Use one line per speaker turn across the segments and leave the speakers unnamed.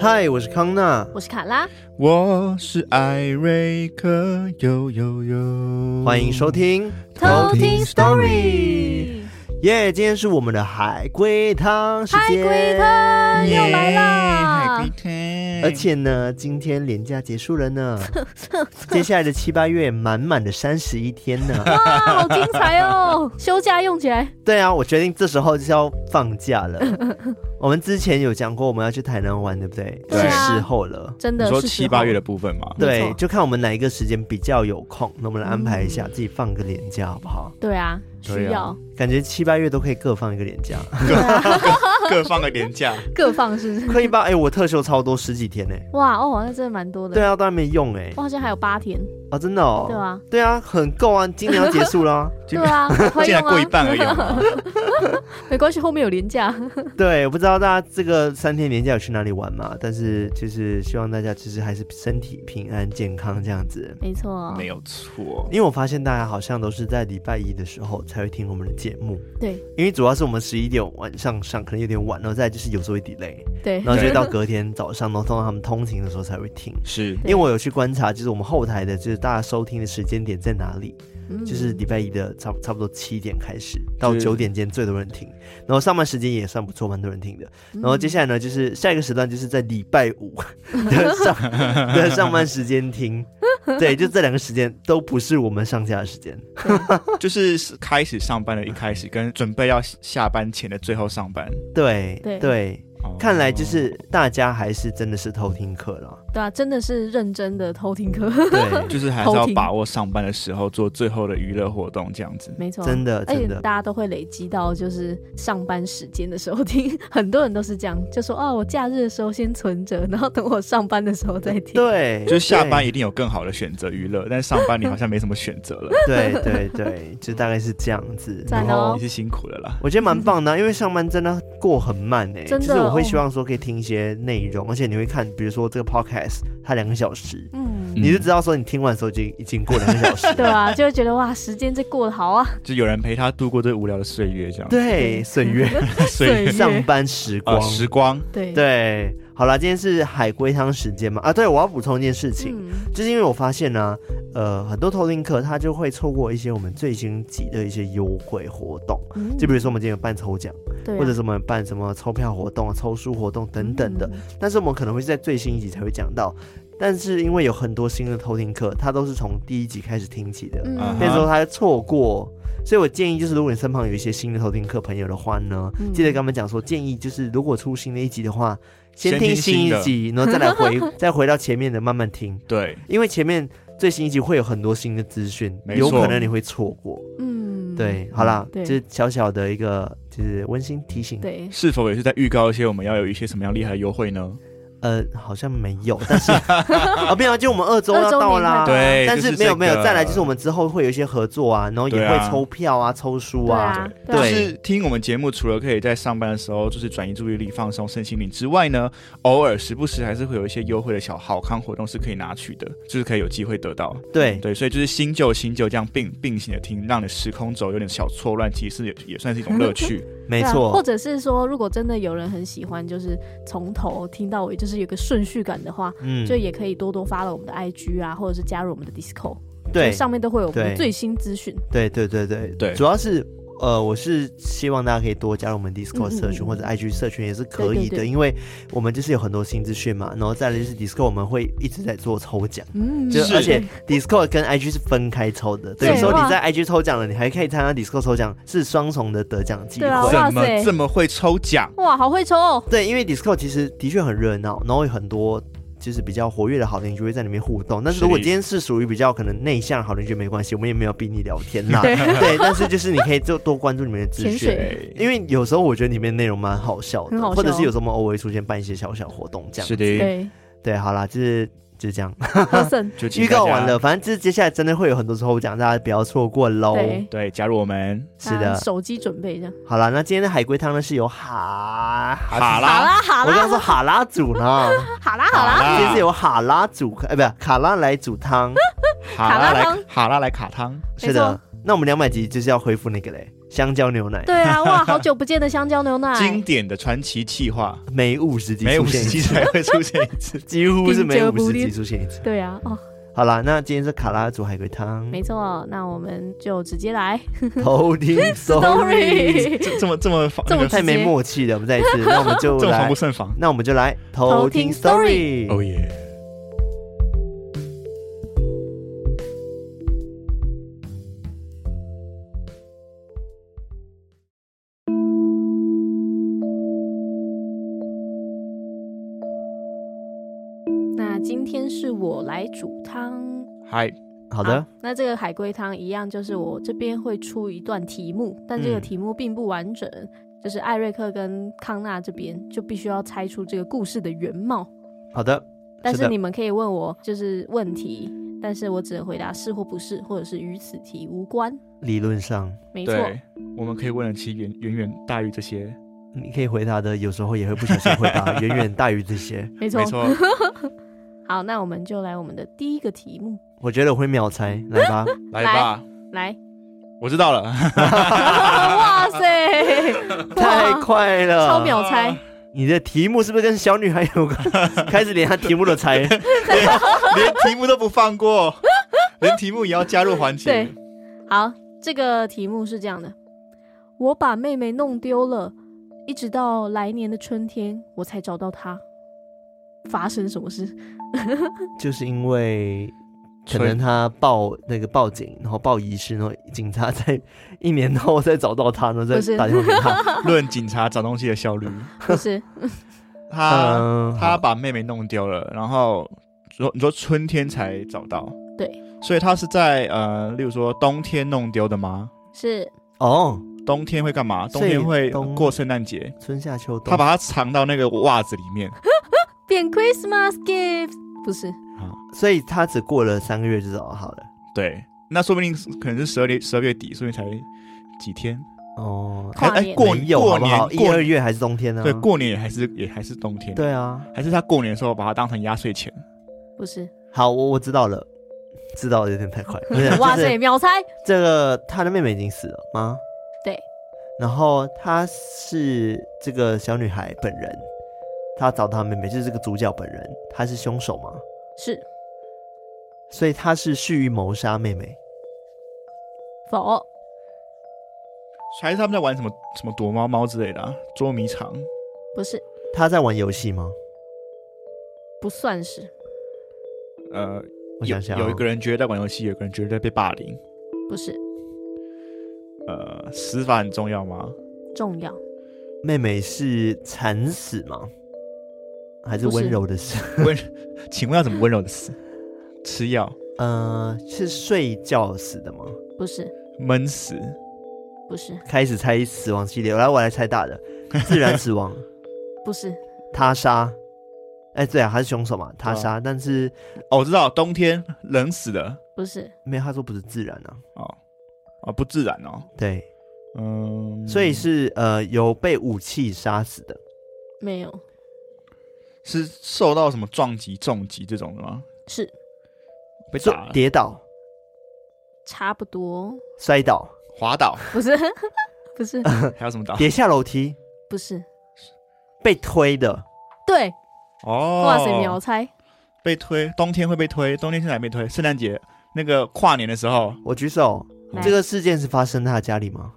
嗨，我是康娜，
我是卡拉，
我是艾瑞克，呦呦呦！
欢迎收听
偷听
Story。耶今天是我们的海龟汤时
海
间，
龟
哎
汤又来
耶海
了
龟，汤，
而且呢，今天连假结束了呢， 接下来的七八月满满的三十一天 呢。
哇，好精彩哦！休假用起来，
对啊，我决定这时候就是要放假 了。我们之前有讲过我们要去台南玩，对不对？
对
是
啊
时候了。
真
你
的
说
是
七八月
的
的部分 嘛，
没错
对，就看我们哪一个时间比较有空，那我们来安排一下，自己放个年假好不好？
对啊，需
对啊
要
感觉七八月都可以各放一个年假，
各放个 年假。
各放是不 是？
可以吧？哎、我特休超多十几天呢、
哇哦，那真的蛮多的。
对啊，都还没用哎、
我好像还有八天，
哦，真的哦。
对啊，
对啊，很够啊，今年要结束 啦。
竟
对
然
啊，快
竟然
用
过一
啊，
半而已哦好吗，
没关系，后面有年 假。
对，我不知道大家这个三天年假有去哪里玩嘛？但是就是希望大家就是还是身体平安健康这样子。
没错，
没有错。
因为我发现大家好像都是在礼拜一的时候才会听我们的节目，
对
因为主要是我们十一点晚上上，可能有点晚，然后再来就是有时候会 delay，
对
然后就
对
到隔天早上，然后通常他们通勤的时候才会听。
是
因为我有去观察，就是我们后台的，就是大家收听的时间点在哪里，
嗯
就是礼拜一的差不差不多七点开始到
是
九点间最多人听，然后上班时间也算不错，蛮多人听的。
嗯
然后接下来呢，就是下一个时段就是在礼拜五的上的上班时间听，对，就这两个时间都不是我们上架的时间，
就是开始上班的一开始，跟准备要下班前的最后上班。
对
对
哦
看来就是大家还是真的是偷听课了，
对啊，真的是认真的偷听课，
对，
就是还是
偷
要
听
把握上班的时候做最后的娱乐活动这样子。
没错，
真的
而且
呃真的
哎大家都会累积到就是上班时间的时候听， 很多人都是这样，就说哦，我假日的时候先存着，然后等我上班的时候再听。
对，
就是下班
对
一定有更好的选择娱乐，但是上班你好像没什么选择了，
对对对，就大概是这样子，
赞
然
哦
后你是辛苦了啦。
我觉得蛮棒的啊、因为上班真的过很慢哎、
真的
就是我会
哦
希望说可以听一些内容，而且你会看，比如说这个 podcast 它两个小时，
嗯，。
嗯
你就知道说你听完的时候已经已经过两个小时
对啊，就会觉得哇，时间这过得好啊，
就有人陪他度过这无聊的岁月，这样
对，岁月
岁
月
上班时光，
呃时光
对，嗯
对。好啦，今天是海龟汤时间嘛？啊，对，我要补充一件事情，
嗯，
就是因为我发现呢、呃，很多偷听客他就会错过一些我们最新集的一些优惠活动，
嗯
就比如说我们今天有办抽奖，
对啊
或者是我们办什么抽票活动、啊抽书活动等等的，
嗯
但是我们可能会是在最新一集才会讲到。但是因为有很多新的偷听课，他都是从第一集开始听起的，
嗯
啊
那时候他错过。所以我建议就是，如果你身旁有一些新的偷听课朋友的话呢，
嗯
记得跟他们讲说，建议就是如果出新的一集的话，先
先
听
听
新
新
一
的
集，然后再来回 再回到前面的慢慢听，
对，
因为前面最新一集会有很多新的资讯，
没
有
错
可能你会错过。
嗯，
对，好啦，
对
这小小的一个就是温馨提醒，
对，
是否也是在预告一些我们要有一些什么样厉害的优惠呢？
呃，好像没有， 但是啊，没有，就我们二周要
二周
到
年
啦。
快到
对，
但是
就
没有没有，
这个
再来就是我们之后会有一些合作啊，然后也
对
会
啊
抽票啊、抽书
对
啊。
啊，
对
就
啊
是听我们节目，除了可以在上班的时候就是转移注意力、放松身心灵之外呢，偶尔时不时还是会有一些优惠的小好康活动是可以拿取的，就是可以有机会得到。
啊
对
对，所以就是新旧新旧这样并并行的听，让你时空轴有点小错乱，其实也也算是一种 乐趣。
没
对啊
错
或，者是说，如果真的有人很喜欢，就是从头听到尾，就是有个顺序感的话，
嗯
就也可以多多发了我们的 IG 啊，或者是加入我们的 Disco，
对
就上面都会有我们
对
的最新资讯。
对对对对
对
主要是呃，我是希望大家可以多加入我们
嗯
Discord
嗯
社群
嗯
或者 IG 社群也是可
对
以
对
的，
对
因为我们就是有很多新资讯嘛，然后再来就是 Discord 我们会一直在做抽奖。
嗯
就是而且 Discord 跟 IG 是分开抽的，对，
对
有时候
哇
你在 IG 抽奖了，你还可以参加 Discord 抽奖，是双重的得奖机
对啊
会。
哇
怎
塞
么这么会抽奖？
哇，好会抽哦！
对，因为 Discord 其实的确很热闹，然后有很多就是比较活跃的好邻居会在里面互动。但是如果
是
今天是属于比较可能内向的好邻居，没关系，我们也没有逼你聊天啦。
对
但是就是你可以就多关注里面的资
潜
讯。
水
对，
因为有时候我觉得里面内容蛮好笑的，
很好笑
或者是有时候我们偶尔出现办一些小小活动这样。
是的，
对，
对，好啦，就是就是这样。
好胜，
就请
预告完
大家
了，，反正就是接下来真的会有很多抽奖，大家不要错过喽。
对，
对，加入我们
哦是
那
的，
手机准备这样。
好啦，那今天的海龟汤呢是由哈，
卡
好
拉
啦，好
我刚
啦，
刚说哈拉组呢。
好啦，好啦，
啦
这是由哈 拉煮，呃，不，卡拉来煮汤。
卡
卡拉
拉来
汤
卡拉来卡汤，
是的，那我们两百集就是要恢复那个嘞，香蕉牛奶，
对啊，哇，好久不见的香蕉牛奶，
经典的传奇气话，
每五十集
每
出
五
现
十
一
集
次，
才会出现一次。
几乎是每
顶着
五
不
十
列
集出现一次。
对啊，哦，
好啦，那今天是卡拉煮海龟汤，
没错，那我们就直接来
头 听 sorry，
story，
这这么这么防
这么
那个
太没默契了，我们再一次，那我们就
这么防
来
不，胜防。
那我们就来偷听
偷听 story
story。
耶！
那今天是我来煮汤。
嗨，
好的，
那这个海龟汤一样，就是我这边会出一段题目，但这个
嗯
题目并不完整，就是艾瑞克跟康纳这边就必须要猜出这个故事的原貌。
好的，
但
是
是
的
你们可以问我就是问题，但是我只能回答是或不是，或者是与此题无关。
理论上
没错，
对，我们可以问的其实远远远大于这些，
你可以回答的，有时候也会不小心回 答，远远大于这些。
没错
没。错。
好，那我们就来我们的第一个题目，
我觉得我会秒猜，来 吧，
来吧，
来，
我知道了，
哇塞，
太
哇
快了，
超秒猜，
你的题目是不是跟小女孩有 关？开始连她题目都猜，
连题目都不放过，连题目也要加入环节
对。好，这个题目是这样的：我把妹妹弄丢了，一直到来年的春天我才找到她。发生什么事？
就是因为可
春
能她报那个报警，然后报遗失，然后警察在一年后再找到她，然后再
不是
打电话给 她。
论警察找东西的效率，
不是，
他
嗯
他把妹妹弄丢了，然后说你说春天才找到，
对，
所以他是在呃，例如说冬天弄丢的吗？
是
哦，
冬天会干嘛？
所
冬
以
天会
冬
过圣诞节，
春夏秋冬，
他把它藏到那个袜子里面。
变 Christmas gift，不是？
所以她只过了三个月就找到她了。
对，那说不定是可能是十二月十二月底，说不定才几天。
哦，
跨
哎哎
年
过
没有
过
好不
年
好？一
过
二月还是冬天呢？啊
对过年也还是也还是冬天，，
对啊，
还是他过年的时候把它当成压岁钱。
不是？
好，我我知道了， 知道有点太 快。不是
哇
啊就是
塞，秒猜！
这个他的妹妹已经死了吗？
对。
然后她是这个小女孩本人，她找她妹妹就是这个主角本人，她是凶手吗？
是
所以她是蓄意谋杀妹妹，
否？
还是他们在玩什么什么躲猫猫之类的、啊、捉迷藏？
不是，
她在玩游戏吗？
不算是，
呃，
我
有
想想啊、
有一个人觉得在玩游戏，有一个人觉得在被霸凌。
不是
呃，死法很重要吗？
重要，
妹妹是惨死吗？还是
不是
温柔的死？
请问要怎么温柔的死？吃药
呃，是睡觉死的吗？
不是，
闷死？
不是，
开始猜死亡系列，来我来猜大的，自然死亡。
不是，
他杀，哎，对啊，他是凶手嘛，他杀，但是
哦，我知道，冬天冷死的
不是，
没有，他说不是自然啊，
哦，啊不自然哦，
对，
嗯，
所以是呃有被武器杀死的，
没有，
是受到什么撞击、重击这种的吗？
是
被
所
打、
跌倒、
差不多，
摔倒、
滑倒，
不是， 不是，
还有什么倒？
跌下楼梯、
不是，
被推的，
对，
哦，
哇塞，秒猜，
被推，冬天会被推，冬天现在被推，圣诞节那个跨年的时候，
我举手。
嗯
来
这个事件是发生在他家里吗？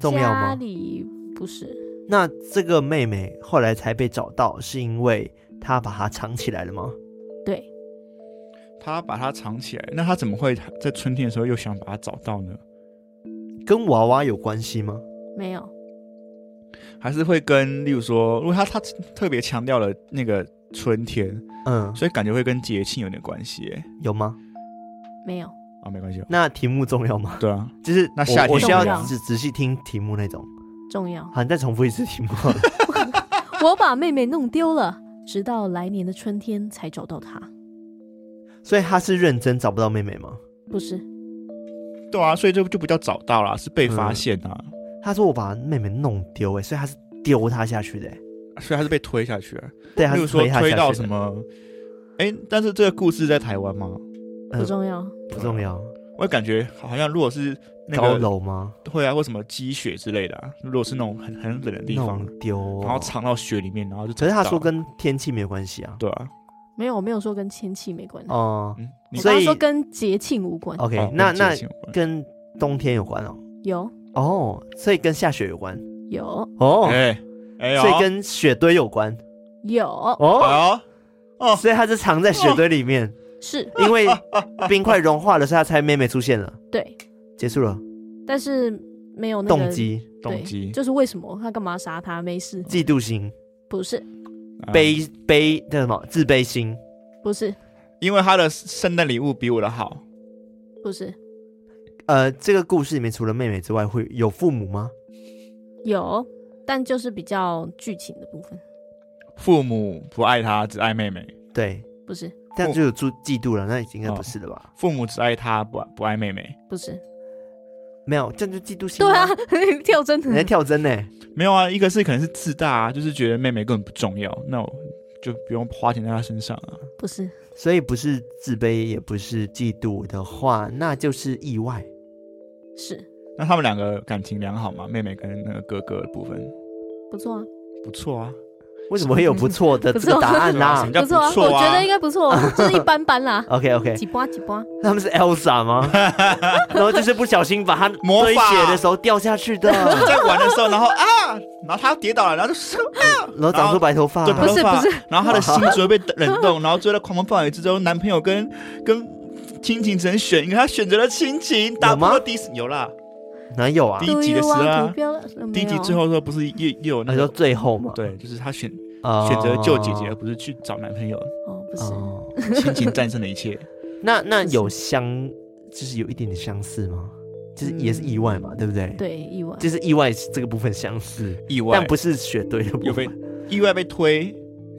重要
家
吗？
里不是，
那这个妹妹后来才被找到，是因为她把它藏起来了吗？
对，
他把它藏起来，那他怎么会在春天的时候又想把它找到呢？
跟娃娃有关系吗？
没有，
还是会跟，例如说，如果他他特别强调了那个春天，
嗯，
所以感觉会跟节庆有点关系耶。
有吗？
没有，
啊，没关系哦，
那题目重要吗？
对啊，
就是
那
我
夏天
我需
重
要
要
仔仔细听题目那种。
重要。
好，你再重复一次题目。
我把妹妹弄丢了，直到来年的春天才找到她。
所以他是认真找不到妹妹吗？
不是，
对啊，所以这就不叫找到啦，是被发现啊，
他说我把妹妹弄丢，哎，所以他是丢她下去的、欸。
所以他是被推下去了。啊
对，他
例
是
如说
她下去
推
的
到什？么？哎，但是这个故事在台湾吗？
呃
不重要，
不重要。
我感觉好像如果是那
高
个
楼吗？
会啊，或什么积雪之类的、啊，如果是那种很很冷的地方，
弄丢哦、
然后藏到雪里面，然后就
可是
找
他
不到
说跟天气没有关系啊。
对啊，
没有，我没有说跟天气没关系。
哦、
嗯，你
我
所
刚刚
以
说跟节庆无关。
o k
哦
那
跟节
那
庆有关
跟冬天有关哦。
有
哦，所以跟下雪有关
有
哦，
哎哎呦，
所以跟雪堆有关
有
哦，
哎哦
所以它是藏在雪堆里 面，
是，
因为冰块融化了，所以它才妹妹出现了。
对，
结束了，
但是没有那个
动机、
呦
对
动机
就是为什么他干嘛杀他？没事，
嫉妒心、
不是
啊
悲悲那什么自卑心，
不是
因为他的圣诞礼物比我的好，
不是
呃，这个故事里面除了妹妹之外，会有父母吗？
有，但就是比较剧情的部分，
父母不爱他，只爱妹妹；
对，
不是
但就有嫉嫉妒了，那已经应该不是了吧？
父母只爱他，不不爱妹妹。
不是，
哦
没有，这样就嫉妒心。
对啊，，跳针
你在
的
跳针呢、
没有啊，一个是可能是自大、啊，就是觉得妹妹根本不重要，那我就不用花钱在她身上啊。
不是
所以不是自卑，也不是嫉妒的话，那就是意外。
是
那他们两个感情良好吗？妹妹跟那个哥哥的部分
不错啊，
不错啊，
为什么会有不错的
不
这
错
个答案
对啊
啦，
什么、叫
不错啊，
不
我
错啊
觉得应该不错，哦就是一般般啦
o k OK，
几波几波，
他们是 Elsa 吗？然后就是不小心把它
魔
堆
法
雪的时候掉下去的，
在玩的时候，然后啊，然后他跌倒了，然后就
然后长出白头发
对，。
不是
头发
不
然后他的心只会被冷冻， 然后最后在狂风暴雨之中，男朋友跟跟亲情只能选一个，他选择了亲情，打
有吗
破第一次有啦，
哪有啊
第？一集的时候啊
标了，没有
第一集最后说不是又又有
那
那
说
个
最后嘛，
对，就是他选
哦
选择救姐姐，而。不是去找男朋友，
哦不是
哦，
亲情战胜了一切。
那那有相，就是有一点点相似吗？就是也是意外嘛，对不对？，
对意外，
就是意外这个部分相似，
嗯意 外，
但不是雪堆的部
有被
分。
意外被推，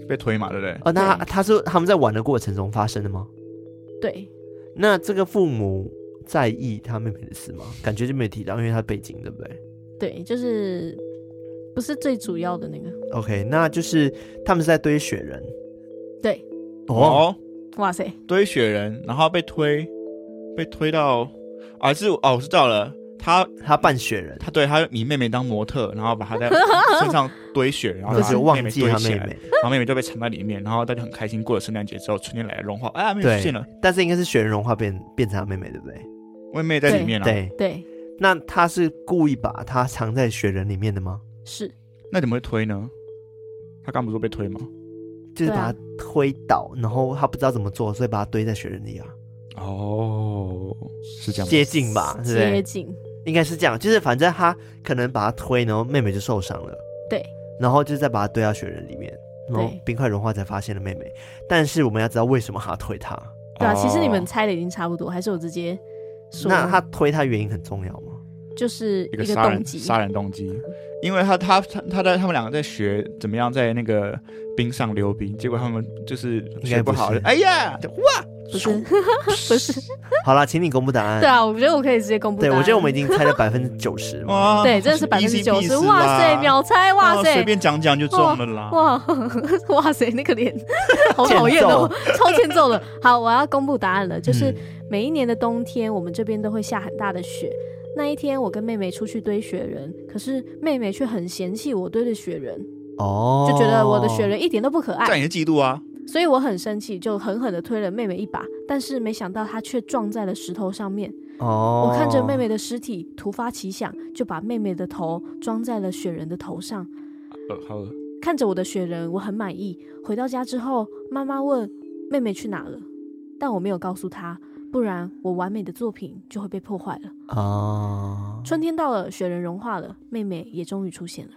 被推嘛，对不对？
哦，那他他说他们在玩的过程中发生的吗？
对
那这个父母在意他妹妹的事吗？感觉就没有提到，因为他背景对不对
对，就是不是最主要的那个，
？OK，那就是他们是在堆雪人。
对，
哦，，
哇塞，
堆雪人，然后被推，被推到，啊是哦，我知道了，他
他扮雪人，
他对他以妹妹当模特，然后把她在身上堆雪，然后
就
把
是
她妹
忘
妹
记
堆
他
起
妹
来，
妹，
然后妹妹就被藏在里面，然后大家很开心过了圣诞节之后，春天来了融化，哎，妹妹
对
出现了，
但是应该是雪人融化变变成他妹妹，对不对？
妹妹在里面啊了，
对，
对
那他是故意把他藏在雪人里面的吗？
是
那怎么会推呢？他刚不是说被推吗？
就是
对啊
把他推倒，然后他不知道怎么做，所以把他堆在雪人里啊，
哦，是这样吗，
接近吧，对不
接
对？
近，
应该是这样，就是反正他可能把他推，然后妹妹就受伤了，
对，
然后就再把他堆到雪人里面，然后
对
冰块融化才发现了妹妹。但是我们要知道为什么他推他，
对啊，其实你
哦
们猜的已经差不多，还是我直接说，
那他推他原因很重要 吗？
就是
一
一
个
个
杀
动
人
机，
杀人动机，因为他他他他在他们两个在学怎么样在那个冰上溜冰，结果他们就是
应该
学
不
好，
是
就哎 呀，就哇，
不是不是，
好啦，请你公布答案。
对啊，我觉得我可以直接公布
对
答案，
我觉得我们已经 猜了百分之九十了。
哇，，E
对真的是百分之
easy
九十，
peasy
哇
啦
塞，秒猜，哇
哦
塞
随。便讲讲就中了啦，
哇 哇塞，那个脸好讨厌哦， 超欠揍的。好，我要公布答案了，就是
嗯
每一年的冬天，我们这边都会下很大的雪。那一天，我跟妹妹出去堆雪人，可是妹妹却很嫌弃我堆的雪人，
哦，
就觉得我的雪人一点都不可
这
爱，
样也是嫉妒啊，
所以我很生气，就狠狠的推了妹妹一把。但是没想到她却撞在了石头上面。
哦，
我看着妹妹的尸体，突发奇想，就把妹妹的头装在了雪人的头上。
呃，好恶，
看着我的雪人，我很满意。回到家之后，妈妈问妹妹去哪了，但我没有告诉她，不然我完美的作品就会被破坏了。
哦
春天到了，雪人融化了，妹妹也终于出现了。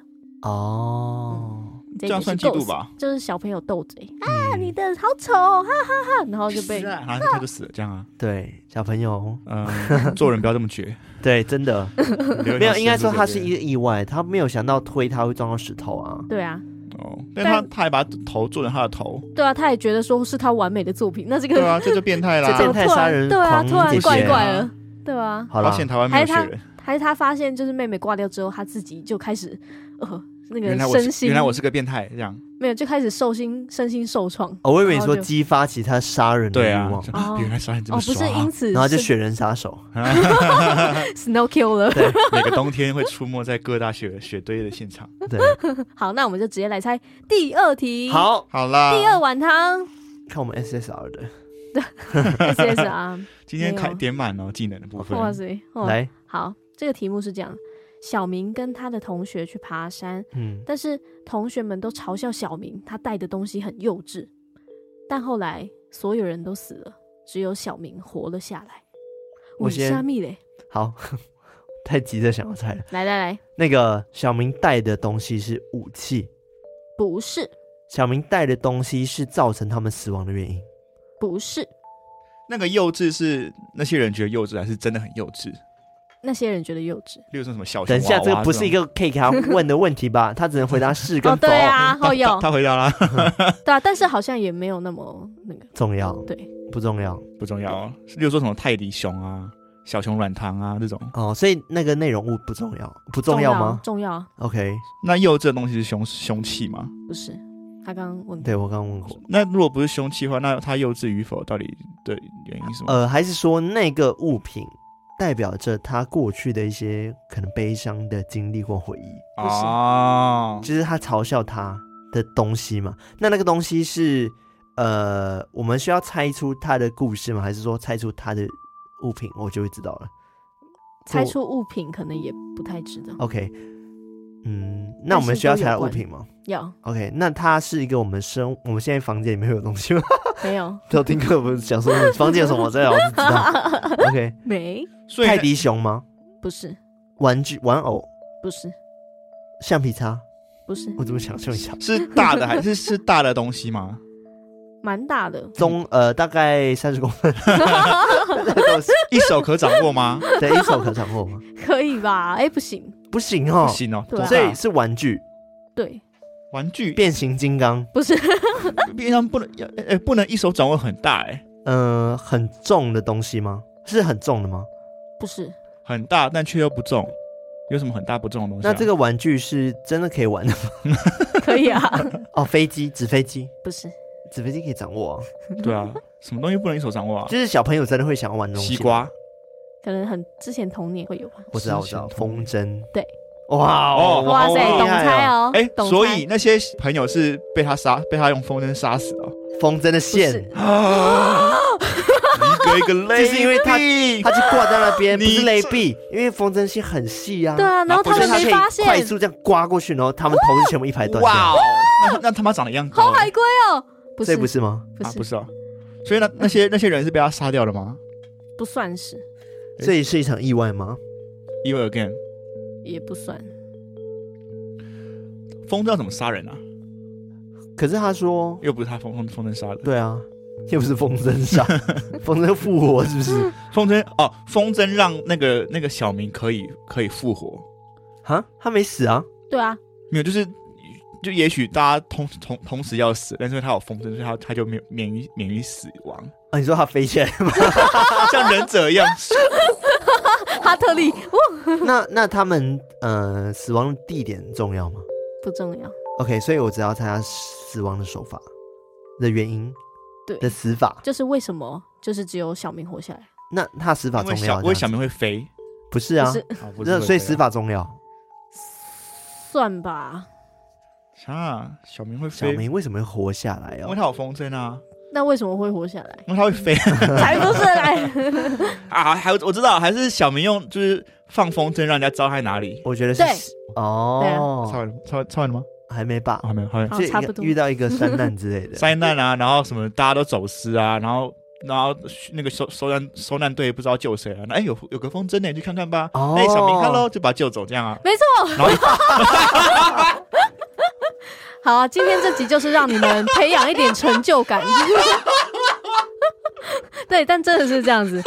哦，
这
这
一点
样
是
算嫉
够
妒
死？
吧？嗯
就是小朋友斗嘴，
啊
啊你的好丑，哈哈哈，然后就被
是啊，然后他就死了，这样啊，
对小朋友，
嗯， 做人不要这么绝，
对，真的
留
没
一条
有，应该
生
说
路
他
对不
是
对
一个意外，他没有想到推他会撞到石头啊。
对啊，
哦，但他
但
他还把头做成他 的头，
对啊，他也觉得说是他完美的作品，那这个
对啊，这就变态
这
怎
变态
么
啦，
突然
杀人
对啊，
狂
突然
姐姐
怪怪了，对啊，
好
好
了，
险台湾没
还
有雪
是他
人。
还是他发现就是妹妹挂掉之后，他自己就开始呃那个
原来我
身
是
心
原来我是个变态，这样
没有就开始受心身心受创。
哦，我以为你
然后
说
就
激发其他杀人的
对
欲
啊
望，，
哦
原来杀人这
哦，
么
不是
爽啊
因此
然后就是选人杀手。
snow killer。
啊每个冬天会出没在各大雪雪堆的现场。
对，
好，那我们就直接来猜第二题。，
好，啊
好啦，
第二 碗汤
看我们 SSR 的，
SSR，
今天
没
开
有
点满哦，技能的部分。
啊哇塞，哇
来，
好，这个题目是这样：小明跟他的同学去爬山，
嗯，
但是同学们都嘲笑小明他带的东西很幼稚。但后来所有人都死了，只有小明活了下来。
我
五
先
虾米嘞，
好， 太急着想要猜了。
来来来，
那个小明带的东西是武器，
不是
小明带的东西是造成他们死亡的原因。
不是，
那个幼稚是那些人觉得幼稚，还是真的很幼稚？
那些人觉得幼稚。
例如说什么小
等一下，
熊
这
娃
个
娃
不是一
种
个可以给他问的问题吧？ 他只能回答是
哦，
跟否，
对啊，好有
他，他回答啦，
对啊，但是好像也没有那么那个，
重要
对，
不重要？
不重要哦。例如说什么泰迪熊啊、小熊软糖啊这种。
哦，所以那个内容物不重要，不重要吗
重要啊
？OK，
那幼稚的东西是凶凶器吗？
不是？他刚刚问过，
对我刚刚问过，
那如果不是凶器的话，那它幼稚与否到底的原因是什么？
呃，还是说那个物品代表着他过去的一些可能悲伤的经历或回忆，
不是
哦，
就是他嘲笑他的东西嘛？那那个东西是呃，我们需要猜出他的故事吗？还是说猜出他的物品，我就会知道了
猜出物品可能也不太值得。
？OK，嗯，那我们需要猜物品吗
要
？OK，那它是一个我们生我们现在房间里面会有东西吗？
没有
都听课不是讲说你房间有什么，这样我就知 道。OK，
没
所以
泰迪熊吗？
不是
玩具玩偶
不是
橡皮擦，
不是
我怎么想橡皮擦？
是大的 还是是大的东西吗？
蛮大的，
中呃大概三十公分，都是
一手可掌握吗？
对，一手可掌握吗？
可以吧？哎，不行，
不行
不
哦，
行哦，
对
多
啊
所
大
以是玩具
对，
玩具
变形金刚，
不是
平常不能，要呃，不能一手掌握很大，哎，
嗯、很重的东西吗？是很重的吗？
不是
很大，但却又不重，有什么很大不重的东西啊？
那这个玩具是真的可以玩的吗？
可以啊？
哦，飞机，纸飞机，
不是
纸飞机可以掌握、啊，
对啊，什么东西不能一手掌握 啊？
就是小朋友真的会想要玩的东西。啊
西，瓜，
可能很之前童年会有吧？
我知道，我知道，
之前
风筝，
对，
哇哦，
哇
哇塞，
好
懂
厉害
猜
哦，
哦
哎，，
懂
所
猜
以那些朋友是被他杀，被他用风筝杀死哦。
风筝的
不是
线，
一个一个
就是因为他
他
它就挂在那边，不
你
是雷臂，因为风筝线很细啊，
对啊，然后
所
他
以
们
它可
没
以
发现，
快速这样刮过去，然后他们头是全部一排断掉。
哇哦，那那他妈长得一样高
红
啊，
海龟哦，不
这
是
不是吗？
不
啊
是
不是哦。所以那那些那些人是被他杀掉的吗
不算是
诶
这也是一场意外吗？
？You again，
也不算，
风筝要怎么杀人啊？
可是他说，
又不是他风风风筝杀的，
对啊，又不是风筝 杀，风筝复活是不是？
风筝哦，风筝让那个那个小明可以可以复活，
啊，他没死啊，
对啊，
没有就是。就也许大家同同同时要死，但是他有风筝，所以他他就免免于免于死亡，
啊，你说他飞起来 吗？
像忍者一样。
哈特利
那那他们呃死亡的地点重要吗
不重要，
？OK，所以我只要猜他死亡的手法的原因
对
的死法，
就是为什么就是只有小明活下来，
那他
啊
死法
因
重
为
要
小
吗？
因为小明会飞，
不是啊
不，是
啊不是
那
会
所以
飞啊
死法重要。
算吧？
啊，小明会
小
飞，
明为什么会活下来
因为
哦？
他有风筝啊，
那为什么会活下来？
因为他会
嗯
飞
才不是嘞！
啊。还有我知道，还是小明用就是放风筝让人家知道他在哪里。
我觉得是
对
猜
哦，
完了，猜完猜完了吗？
还没吧
啊，？还没有，还没有。
好
这
哦差不多
遇到一个山难之 类的。
灾难啊，然后什么大家都走失啊，然后然后那个搜搜难搜难队不知道救谁啊，那哎有有个风筝呢，你去看看吧。
哦
哎、小明看喽，就把他救走这样啊。
没
错。然后
好啊，今天这集就是让你们培养一点成就感。 对，但真的是这样子。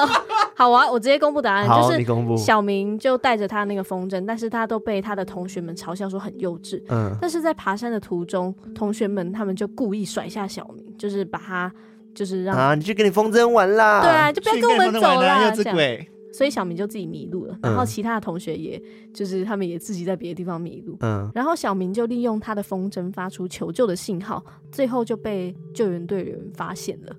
好啊，我直接公布答案，
好，
就
你
是
公布。
小明就带着他那个风筝，但是他都被他的同学们嘲笑说很幼稚。
嗯，
但是在爬山的途中，同学们他们就故意甩下小明，就是把他，就是让，
啊，你去跟你风筝玩啦。
对啊，就不要
去
跟我
你妹
们
妹
走
玩啊
啦，
幼
这
稚
样。
鬼。
所以小明就自己迷路了，然后其他的同学也、就是他们也自己在别的地方迷路。
嗯
然后小明就利用他的风筝发出求救的信号，最后就被救援队员发现了。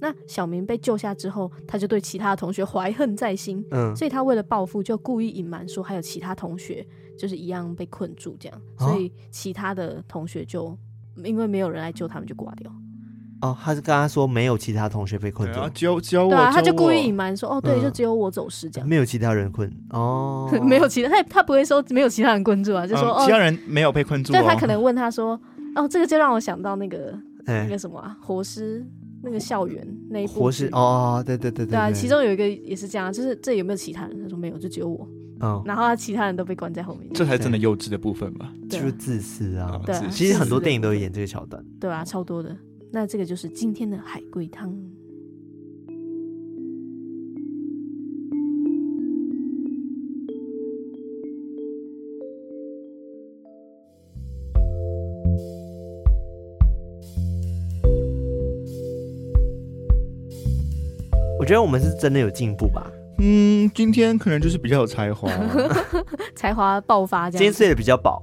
那小明被救下之后，他就对其他的同学怀恨在心，
嗯，
所以他为了报复，就故意隐瞒说还有其他同学就是一样被困住这样，
哦
所以其他的同学就因为没有人来救他们就挂掉。
哦，他是跟他说没有其他同学被困
对
住
啊，，教教我，
对啊，他
揪
就故
我
意隐瞒说哦，对，
嗯
就只有我走失这样，，
没有其他人困哦
没有其他他他不会说没有其他人困住啊，就说、
嗯其他
哦，
人没有被困住、哦，
但他可能问他说哦，这个就让我想到那个那
哎
个，什么啊，活尸那个校园那一部
活尸
剧。
哦，对对对对
对啊，
对
其中有一个也是这样，就是这有没有其他人？他说没有，就只有我。
嗯，
然后他其他人都被关在后面。
这才是真的幼稚的部分吧。
对
就
啊
是自私啊。
对啊，
其实很多电影都有
演。
演这个桥段。
对啊，超多的。那这个就是今天的海龟汤。
我觉得我们是真的有进步
啊
吧，
嗯，今天可能就是比较有 才华，
才华爆发
今
这
天
样子。
睡得比较饱。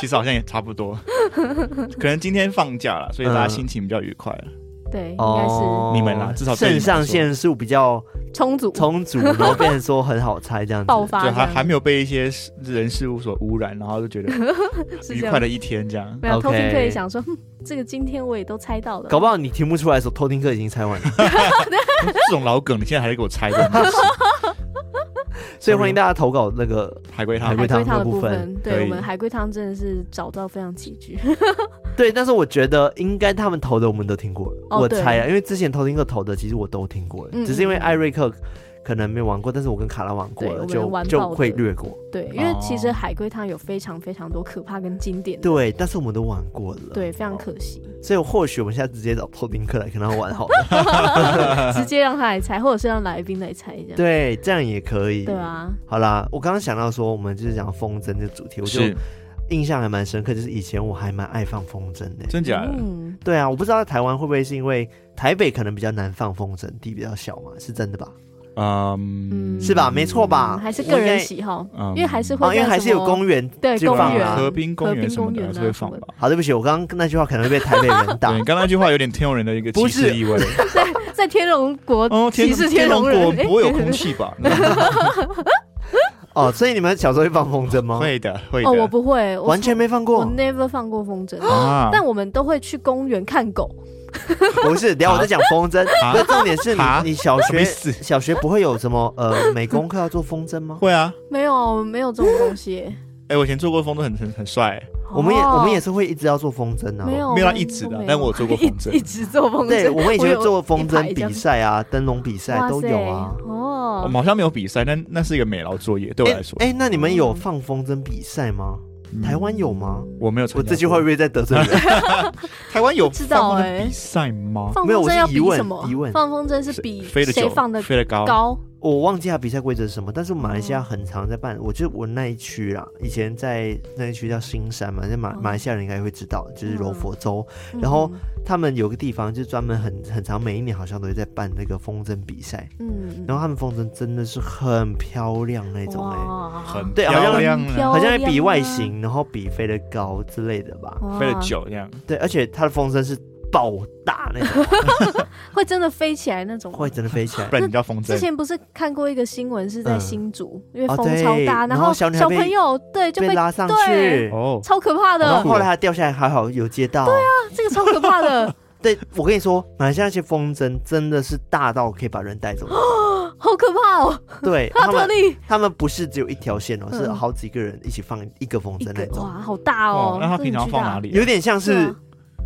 其实好像也差不多。可能今天放假了，所以大家心情比较愉快了。
对，应该是
哦，
你们啦至少对你
肾
们
上
来说
腺素比较
充足
充足，然后变成说很好猜这样子。
爆发
对，
这
还还
样，
没有被一些事人事物所污染，然后就觉得
是这
愉快
样。
的一天 这样。
没有偷听
OK
课也想说，哼这个今天我也都猜到了。
搞不好你听不出来的时候，偷听课已经猜完了。
这种老梗，你现在还在给我猜这 种东西
所以欢迎大家投稿那个。
海龟
海
汤
龟汤的
海龟汤的
部
部
分
分，
可
对我
以
们海龟汤真的是找到非常几句。
对，但是我觉得应该他们投的我们都听过了，
哦
我
对
猜啊，因为之前偷听课投的其实我都听过了，
嗯
只是因为
嗯嗯
艾瑞克可能没玩过，但是我跟卡拉玩过了，
对我们
就
玩爆
就
的
会略过。
对，因为其实
哦
海龟汤有非常非常多可怕跟经典的，
对，但是我们都玩过了，
对，非常可 惜。
所以或许我们现在直接找偷听课来跟他玩好 了，
直接让他来猜，或者是让来宾来猜这样。
对，这样也可以。
对啊，
好啦，我刚刚想到说，我们就是讲风筝这个主题，我就是印象还蛮深刻，就是以前我还蛮爱放风筝的。
真假的？
嗯，
对啊，我不知道台湾会不会是因为台北可能比较难放风筝，地比较小嘛，是真的吧？
嗯，
是吧？没错吧？
还是个
我应
人
该
喜好，
嗯
因为还是
哦，
会
因为
在
还
什
是有
么
公园。
对
基
本
公
上
园、
河滨公园什么的
河滨
还是
公
会
园
放
啊
吧。
好，对不起，我刚刚那句话可能会被台北人打
对，。你刚刚那句话有点天龙人的一个
不
歧
是
视意味。
在天龙国
哦，天
歧视
天
龙
国
人，哎
不会有 空气吧？
哦，所以你们小时候会放风筝吗？，
会的，会
哦，我
的。
不会，我
完全没放
我
过。
never 放过风筝，
啊
但我们都会去公园看狗。
不是，等一下我在讲风筝。
啊
那重点是你
啊，
你小
什么意
学
思
小学不会有什么呃 美工课要做风筝吗？
会啊。
没有，没有这种东西耶。
哎，我以前做过风筝，很很很帅。
我们也我们也
是
是会一直要做风筝啊。
哦没有
没有啦
我
一直的
没有
但我做过风 筝
一一直做风筝。
对，我们以前
有
会做风
一排
筝
这样
比赛啊、灯笼比赛
哇
都
塞
有啊。
我
哦
们，好像没有比赛，但那是一个美劳作业，对我来说。
哎、那你们有
嗯
放风筝比赛吗？
嗯
台湾有吗？
我没有参加
我
过。
这句话会不会在得 罪人？
台湾有
不知道
放风筝
欸
比赛吗？
放
没有
风
我
筝
是
要
疑
比
问
什么
疑问？
放风筝是比
飞得
谁
久，
放的
飞得高，
高。
我忘记它比赛规则是什么，但是马来西亚很常在办。我就我那一区啊，以前在那一区叫新山嘛，那马
哦
马来西亚人应该会知道，就是柔佛州，
嗯
然后他们有个地方就是专门很很长，每一年好像都会在办那个风筝比赛，
嗯，
然后他们风筝真的是很漂亮那种哎、
哇
很
对好像
漂亮啊，
漂
好像会比外
亮啊哦
形，然后比飞得高之类的吧。
哇
飞得久这样。
对，而且它的风筝是爆大那种，
会真的飞起来那种吗。
会真的飞起来
不。然你叫风
之
筝。
前不是看过一个新闻，是在
嗯
新竹，因为
哦
风
对
超大，
然后
后
小
小
女孩被
朋友对 就
被
被
拉上去
对，
哦，
超可怕
然
的
后，后来它掉下来，还好有接到。对啊，
这个超可怕的，
对我跟你说，马来西亚那些风筝真的是大到可以把人带走。
好可怕哦！
对
它
他
特
们，
例
他们不是只有一条线哦，
嗯
是好几个人一起放一个风
一
筝那
个
种，
哇，好大哦
哦！那他
真的
平常
巨
放
大
哪？里啊？
有点像
对
是
啊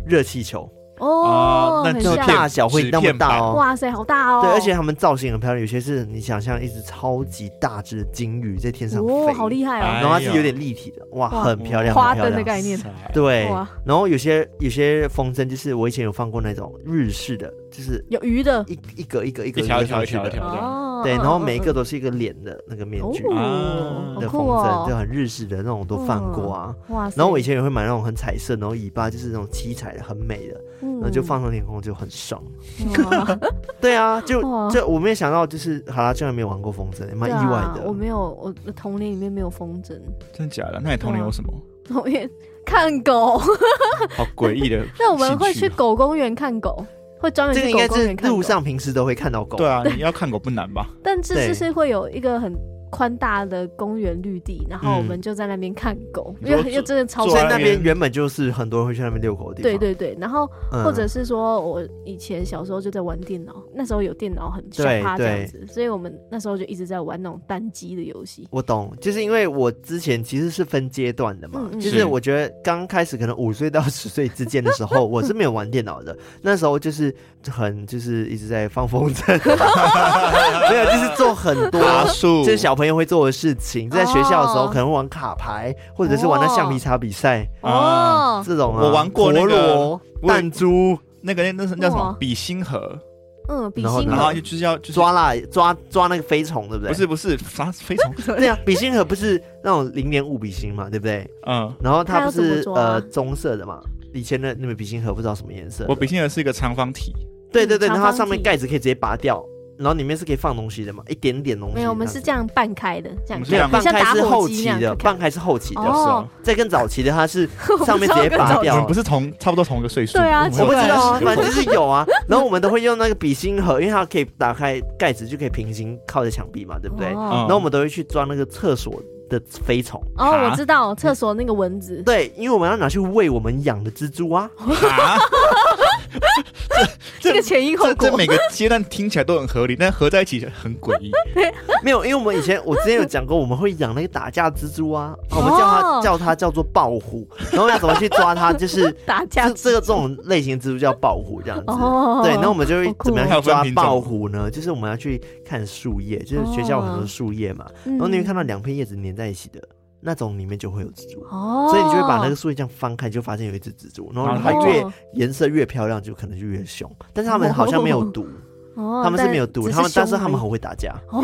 热气球，
哦，
啊那
很
就
纸
像
片
大小会那么大哦。
哇塞，好大哦！
对，而且他们造型很漂亮，有些是你想象一只超级大只的鲸鱼在天上飞，
哦，好厉害
哎
哦！
然后它是有点立体的，哇，
哇
很漂亮，
花
很漂
灯的
亮。
概念，
对
哇，
然后有些有些风筝，就是我以前有放过那种日式的，就是
有鱼的
一一格一格一格
一条
一格上
一条
去
一条一
的
条，
嗯
对，
嗯
然后
嗯
每一
嗯
个都是一个脸的那个面具
哦，
啊
好
的
酷
缝
哦
针，就很日式的那种都犯过啊。
哇塞！
然后我以前也会买那种很彩色，然后尾巴就是那种七彩的，很美的，然后就放上天空就很爽。
嗯，
对啊，就
哇
就我没有想到，就是好啦，居然没有玩过风筝，蛮
对
意
啊
外的。
我没有，我的童年里面没有风筝，
真的假的？那你童年有什么
童年看狗。
好诡 异的？
那我们会去。狗公园看狗，会专门
这个
去
应
狗
该
公
是
园看狗。
路上平时都会看到狗。
对啊，你要看狗不难吧？
但这
对
就是会有一个很宽大的公园绿地，然后我们
嗯
就在那边看狗，
你
因
说
为又真的超
坐
所以
在
那
那边
边原本就是很多人会去那边遛狗的地
对
方。，
对对，然后
嗯、
或者是说我以前小时候就在玩电脑，那时候有电脑很小
对
趴这样
对
子，所以我们那时候就一直在玩那种单机的游戏。
我懂，就是因为我之前其实是分阶段的嘛，
嗯嗯
就是是我觉得刚开始可能五岁到十岁之间的时候，我是没有玩电 脑的，那时候就是很就是一直在放风 筝， 没有，就是做很多。
爬树，
就是小朋友会做的事情，在学校的时候
哦
可能玩卡牌，或者是玩那橡皮擦比赛、
啊
哦，
这种啊。
我玩过那
陀
个
螺、
我
弹珠、
那个那那是叫什
哇
么比心盒，
嗯，比
然后
心
呢
然后
盒
就就是要就是
抓啦抓抓那个飞虫，对不对？
不是不是啥飞 虫，
对啊，比心盒不是那种零点五比心嘛，对不对？
嗯，
然后它
它要
不
怎么啊
是
抓
呃棕色的嘛，以前的那个笔芯盒不知道什么颜色的。
我比心盒是一个长方体，
对对对，
嗯
然后它上面
长方体
盖子可以直接拔掉，然后里面是可以放东西的嘛，一点点东西。
没有，我们是这样半开的，这样
我们是
没有
这
半
样
像
开
打
是
火
后
机
期
那样
的，
去看
半开是后期的，
哦
哦，
再更早期的它是
不
上面
知
直
道
接
更
拔
早
你
掉
们不
了。
是同差不多同一个岁数？
对啊
我们
我
有
不知道啊，
对
反正就是有啊。然后我们都会用那个笔芯盒，因为它可以打开盖子就可以平行靠着墙壁嘛，对不对？
哦
嗯，
然后我们都会去装那个厕所的飞虫，
哦，
爬
我知道厕所那个蚊子，
对，因为我们要拿去喂我们养的蜘蛛啊。
啊，
这个前因后
这
果
这每个阶段听起来都很合理，但合在一起很诡异。
没有，因为我们以前我之前有讲过，我们会养那个打架蜘蛛 啊，我们叫
哦
它叫它叫做豹虎，然后要怎么去抓它，就是
打架
这这个这种类型的蜘蛛叫豹虎这样子。
哦，
对，那我们就会
好酷哦
怎么
还
样
有
去
分
抓
品种
豹虎呢？就是我们要去看树叶，就是学校有很多树叶嘛，
嗯
然后你会看到两片叶子粘在一起的那种，里面就会有蜘蛛。
哦，
所以你就会把那个树叶这样翻开，你就发现有一只蜘蛛，然后它
哦
越颜色越漂亮，就可能就越凶。但是它们好像没有毒，
哦，
它们是没有毒，
只
它们但是
凶
它们
而已
很会打架。
哦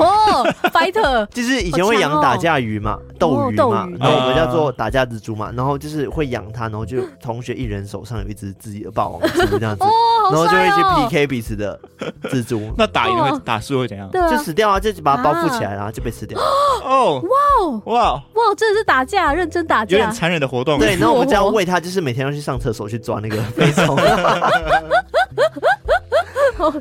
，fighter
就是以前会养打架鱼嘛，斗鱼嘛
哦斗鱼，哦
然后我们
对
叫做打架蜘蛛嘛，然后就是会养它，然后就同学一人手上有一只自己的霸王蜘这样子，
哦，
然后
好
就
帅
会去
哦
PK 彼此的蜘 蛛，
那打赢
哦
会打输会怎样？
对啊，
就死掉啊，就把它包覆起来啦，就被 吃掉。
哦，
哦
哇哇，
哇，真的是打架，认真打
有点
架，
残忍的活动。
对，然后我们这
哦
样喂它，就是每天要去上厕所去抓那个飞 虫。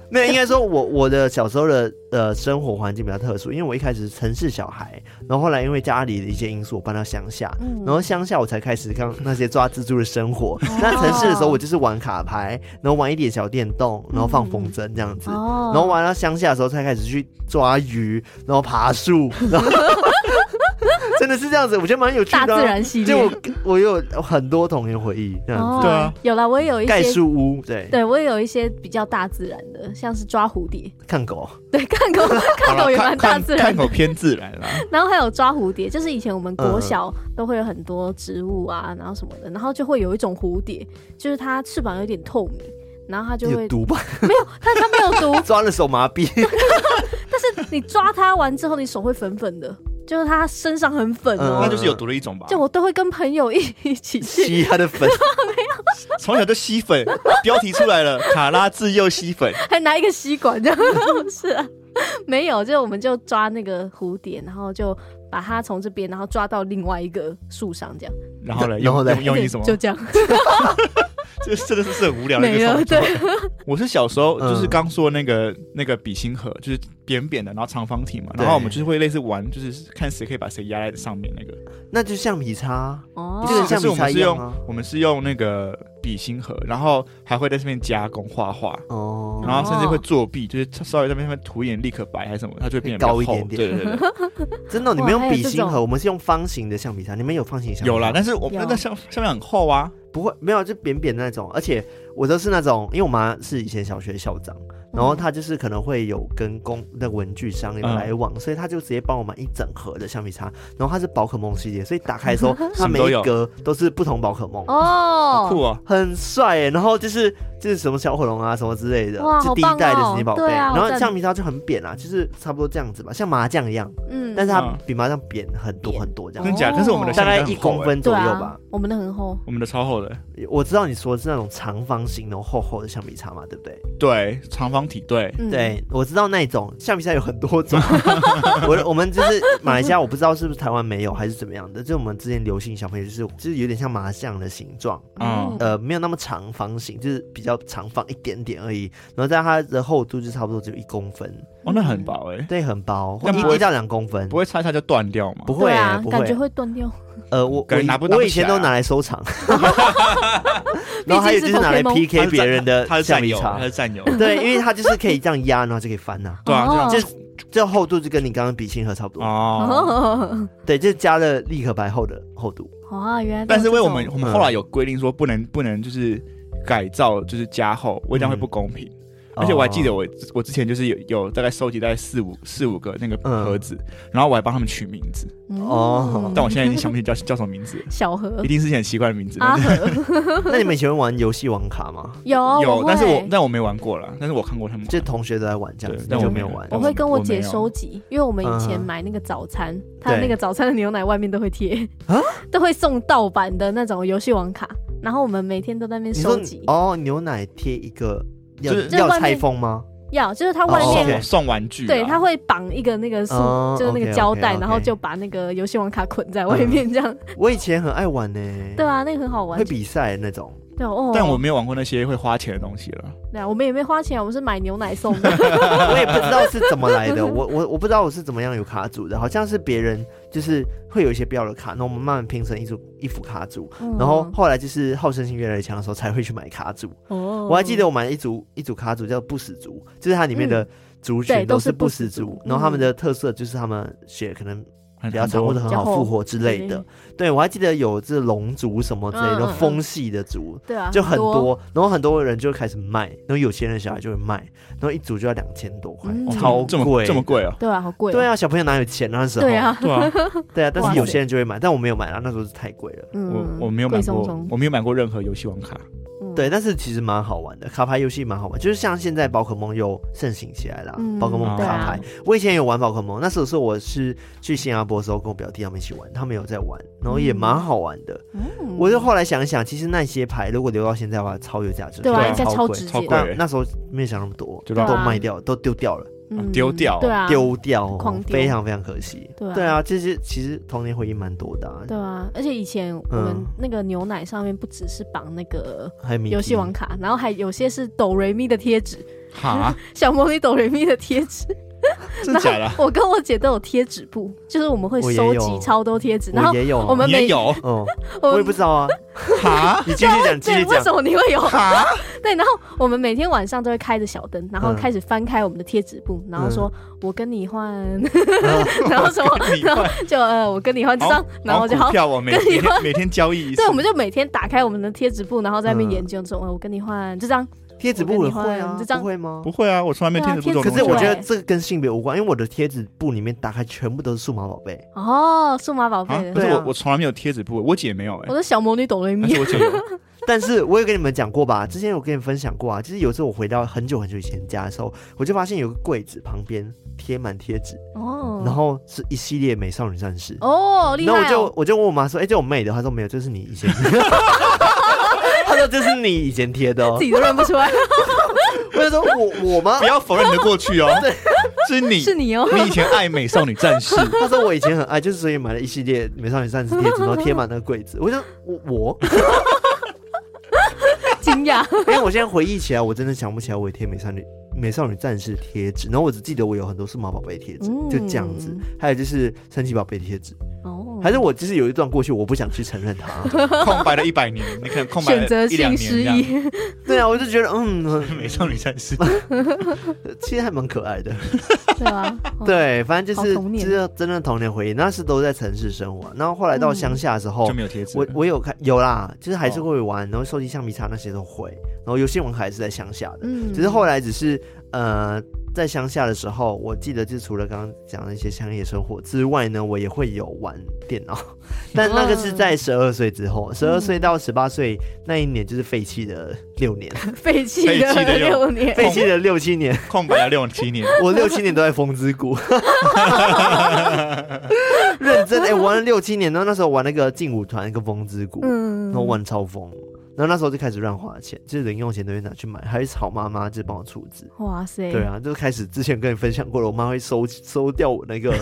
没有，应该说我我的小时候的呃生活环境比较特殊，因为我一开始是城市小孩，然后后来因为家里的一些因素，我搬到乡下，
嗯
然后乡下我才开始看那些抓蜘蛛的生活
哦。
那城市的时候，我就是玩卡牌，然后玩一点小电动，然后放风筝这样子。
哦，
然后玩到乡下的时候，才开始去抓鱼，然后 爬树，然后真的是这样子，我觉得蛮有趣的啊、
大自然系列
就我我有很多童年回忆这样
哦
子，
对啊，
有啦，我也有一
盖
些，
树屋，对，
对我也有一些比较大自然的，像是抓 蝴蝶，
看狗，
对，看狗 看
好
狗
了
也蛮
看
大
看
自然
看，狗偏自然 啦。
然后还有抓蝴蝶，就是以前我们国
嗯
小都会有很多植物啊，然后什么的，然后就会有一种蝴蝶，就是它翅膀有点透明，然后它就
有
会，
毒吧？
但它没有毒，
抓了手麻痹，
但是你抓它完之后，你手会粉粉的，就是它身上很粉
嗯
哦。
那就是有毒的一种吧。
就我都会跟朋友一一起去，
吸它的 粉，
从小就吸粉，标题出来了，卡拉自幼吸粉。
还拿一个吸管这样， 是啊，没有，就我们就抓那个蝴蝶，然后就把它从这边，然后抓到另外一个树上，这样，
然后呢，
然后
用
嘞
用用你什么？
就这样
这真的是是很无聊的一
没
个
了，
手
对
段。，我是小时候
嗯
就是刚说那个、那个笔芯盒，就是扁扁的，然后长方体嘛，
对
然后我们就是会类似玩，就是看谁可以把谁压在上面那个。
那就橡皮擦，
哦
就，是
可
橡
是
皮
我
擦
们
一
是
样
用、
啊。
我们是用那个笔芯盒，然后还会在上面加工画画。
哦，
然后甚至会作弊，就是稍微在那边涂一点立可白还是什么，它就会变得
高
比较
一
厚
点点
对对对 对，
真的哦，你们
哇
用
还有
笔
这
芯
种
盒，我们是用方形的橡皮擦，你们有方形橡皮擦？
有啦。但是我
有
那那上上面很厚啊，
不会，没有，就扁扁的那种。而且我都是那种，因为我妈是以前小学校长，
嗯
然后她就是可能会有跟工那文具商
嗯
有来往，所以她就直接帮我买一整盒的橡皮擦。然后它是宝可梦系列，所以打开的时 候，它
什么
每
都
一
有
格都是不同宝可梦，
哦
好，酷啊！
很帅耶。然后就是就是什么小火龙啊什么之类的，
哇
是第一代的
好棒哦
神奇宝贝。
对啊好
然后
赞
橡皮擦就很扁啊，就是差不多这样子吧，像麻将一样，
嗯，
但是它
嗯
比麻将扁很多
扁
很多这样
真
子，
假？
哦
但是我们的
大
橡皮
概
擦很
一公
厚欸，
分左
对
右
啊，
吧。
我们的很厚，
我们的超厚的欸，
我知道你说的是那种长方形然后厚厚的橡皮擦嘛，对不对？
对，长方体，对，
嗯，
对，我知道那种橡皮擦有很多 种，我我们就是马来西亚，我不知道是不是台湾没有还是怎么样的，就我们之前流行小朋友就是就是有点像麻将的形状，
哦
嗯
呃，没有那么长方形，就是比较长方一点点而已，然后但它的厚度就差不多只有一公分，
哦，那很薄哎，
对，很薄，
那
一
不会
一到两公分，
不会擦一擦就断掉吗？
不
对
会、
啊，
不
感觉
会，
会断掉。
呃，我
感
我
觉
以
拿不拿
我
不
以前
起来
都
啊
拿来收 藏，然后还有就是拿来
毕竟
PK 别人的
他是
橡
战
皮
友，
擦
他，是战友，
对，因为它就是可以这样压，然后就可以翻呐、
对啊，对啊
哦
就这厚度就跟你刚刚比亲盒差不多，
哦。
哦，
对，就加了立可白厚的厚度。
哇，原来都有
但是为我
这
们
种
我们后来有规定说不能不能就是改造就是加厚，我这样会不公平。而且我还记得
哦，
我我之前就是有有大概收集大概四五四五个那个
嗯
盒子，然后我还帮他们取名字，
哦
但我现在已经想不起叫叫什么名字了，
嗯小 何
一定是一些很奇怪的名字。
阿
但是
和
那你们以前会玩游戏王卡吗？
有
有，但是我
哦会
但我没玩过啦，但是我看过他们玩。
就同学都在玩这样子，
嗯对
那
但
就
我
没
没
有
有
玩。
我会跟我
我没
姐
有
收集，因为我们以前
嗯
买那个早餐，它的
对
那个早餐的牛奶外面都会贴
啊，
都会送盗版的那种游戏王卡，然后我们每天都在那边
你说
收集。
哦，牛奶贴一个要
就是
就是
要
外面
拆封吗？
要就是它
哦
外
哦
面
，OK
送送玩具啦，
对，它会绑一个那个塑
哦，
就是那个
OK，OK，
胶带，
OK
然后就把那个游戏王卡捆在外面，这样。
我以前很爱玩呢，
对啊，那个很好玩
会。比赛那种。
对哦，
但我没有玩过那些会花钱的东西了。
对啊，我们也没花钱啊，我们是买牛奶送 的。
我也不知道是怎么来 的，我我我不知道我是怎么样有卡组的，好像是别人就是会有一些不要的卡，然后我们慢慢拼成一组一副卡组，
嗯
然后后来就是好胜心越来越强的时候才会去买卡组。
哦
我还记得我买了一组一组卡组叫不死族，就是它里面的族群
嗯对都
都
是
是
不
不
死嗯
死
族
族，然后他们的特色就是他们血可能
很
比较长
多
或者很好复活之类
比较
的
厚。
对我还记得有这龙族什么之类
嗯嗯
的
嗯
风系的族。
对啊，
就很多，然后很多人就开始卖，然后有钱人小孩就会卖，然后一组就要两千多块，
嗯
哦
超
这么
贵，
这么贵哦。
对啊，好贵。
对，啊，小朋友哪有钱那时候？
对，啊，
对啊，
对啊，但
哇
是
塞
有些人就会买，但我没有买啊，那时候是太贵了。
嗯，
我我没有买
贵松
过
松，
我没有买过任何游戏王卡。
嗯
对，但是其实蛮好玩的，卡牌游戏蛮好玩，就是像现在宝可梦又盛行起来啦，
嗯
宝可梦
对
卡
啊
牌。我以前有玩宝可梦，那时候是我是去新加坡的时候跟我表弟他们一起玩，他们有在玩，然后也蛮好玩的。
嗯
我就后来想一想，其实那些牌如果留到现在的话，超有价值，
对
对
啊，
啊
应该
超
超
贵
值
超
钱，
贵
但那时候没有想那么多，
就
让
都
对啊
卖掉，都丢掉了，
嗯
丢掉
对啊，
丢掉哦、
狂丢
非常非常可惜。
对啊
对啊，这些其实童年回忆蛮多的、啊，
对啊，而且以前我们
嗯
那个牛奶上面不只是绑那个
还有米
游戏
奇
王卡，然后还有些是哆瑞咪的贴纸，
哈，
小魔女哆瑞咪的贴纸。
真的假的？
我跟我姐都有贴纸布，就是我们会
我也
收集
有
超多贴纸，然后
我也有啊，
我们
你
每
也有
嗯，
我
我也
们
不知道啊，
哈？
你继续讲，继续
对，为
讲
什。么你会有？
哈？
对，然后我们每天晚上都会开着小灯，然后
嗯
开始翻开我们的贴纸簿，然后
嗯
说“我跟你换”， 然后什么，
你
然后就呃“我跟你换这张”，然后就
好
好
股。票我每
跟你
每天每天交易一次
对，我们就每天打开我们的贴纸簿，然后在那边
嗯
研究说，呃我跟你换这张，
贴纸布
我
也
跟你
会啊
换这，张
不会吗？
不会啊，我从来没有
对啊
听着过
可
这种
是
东西。
我觉得
对
这个跟性别无关，因为我的贴纸布里面打开全部都是数码宝贝，
哦，数码宝贝
啊，
的，
可是
对啊
我我从来没有贴纸布，我姐没有哎
我，说小魔女哆瑞
但
咪，
是我姐有。
但是我有跟你们讲过吧，之前有跟你分享过啊，就是有一次我回到很久很久以前家的时候，我就发现有个柜子旁边贴满贴纸，
哦，
然后是一系列美少女战士。
哦，厉
然后我
害
就
哦，
我就问我妈说：“哎、这我妹的。”她说：“没有，这是你以前。” 她说：“这是你以前贴的哦
自。己都认不 出来，”
我就说：“我我吗
不要否认你的过去哦，是你，
是 你哦，
你以前爱美少女战士，？”
她说：“我以前很爱，就是所以买了一系列美少女战士贴纸，然后贴满那个柜子。”我就我我
惊讶，
因为我现在回忆起来，我真的想不起来我有贴美少女美少女战士贴纸，然后我只记得我有很多数码宝贝贴纸，
嗯
就这样子，还有就是神奇宝贝贴纸，
哦，
还是我就是有一段过去，我不想去承认它。
空白了一百年，你可能空白
选择
了一两
性失
年这样。
忆，
对啊，我就觉得嗯，
美少女战士，
其实还蛮可爱的。
对吧？哦，
对，反正就是
好童年
就是真的童年回忆，那是都在城市生活，然后后来到乡下的时候
就。没有贴纸
我
了。
我有看有啦，就是还是会玩，然后收集橡皮擦那些都会，然后游戏王卡还是在乡下的，
嗯
只是后来只是呃，在乡下的时候，我记得就除了刚刚讲的一些乡野生活之外呢，我也会有玩电脑， 但那个是在十二岁之后，十二
嗯
岁到十八岁那一年就是废弃的六 年，
废弃
废弃
的
的
六年，
废弃的六七年，
空白了六七年，
我六七年都在风之谷， 认真哎、玩了六七年，然后那时候玩那个劲舞团跟风之谷，
嗯
然后玩超疯，然后那时候就开始乱花钱，就是零用钱都会拿去买，还是吵妈妈就帮我出资。
哇塞，
对，啊，就开始之前跟你分享过了，我妈会收收掉我 那个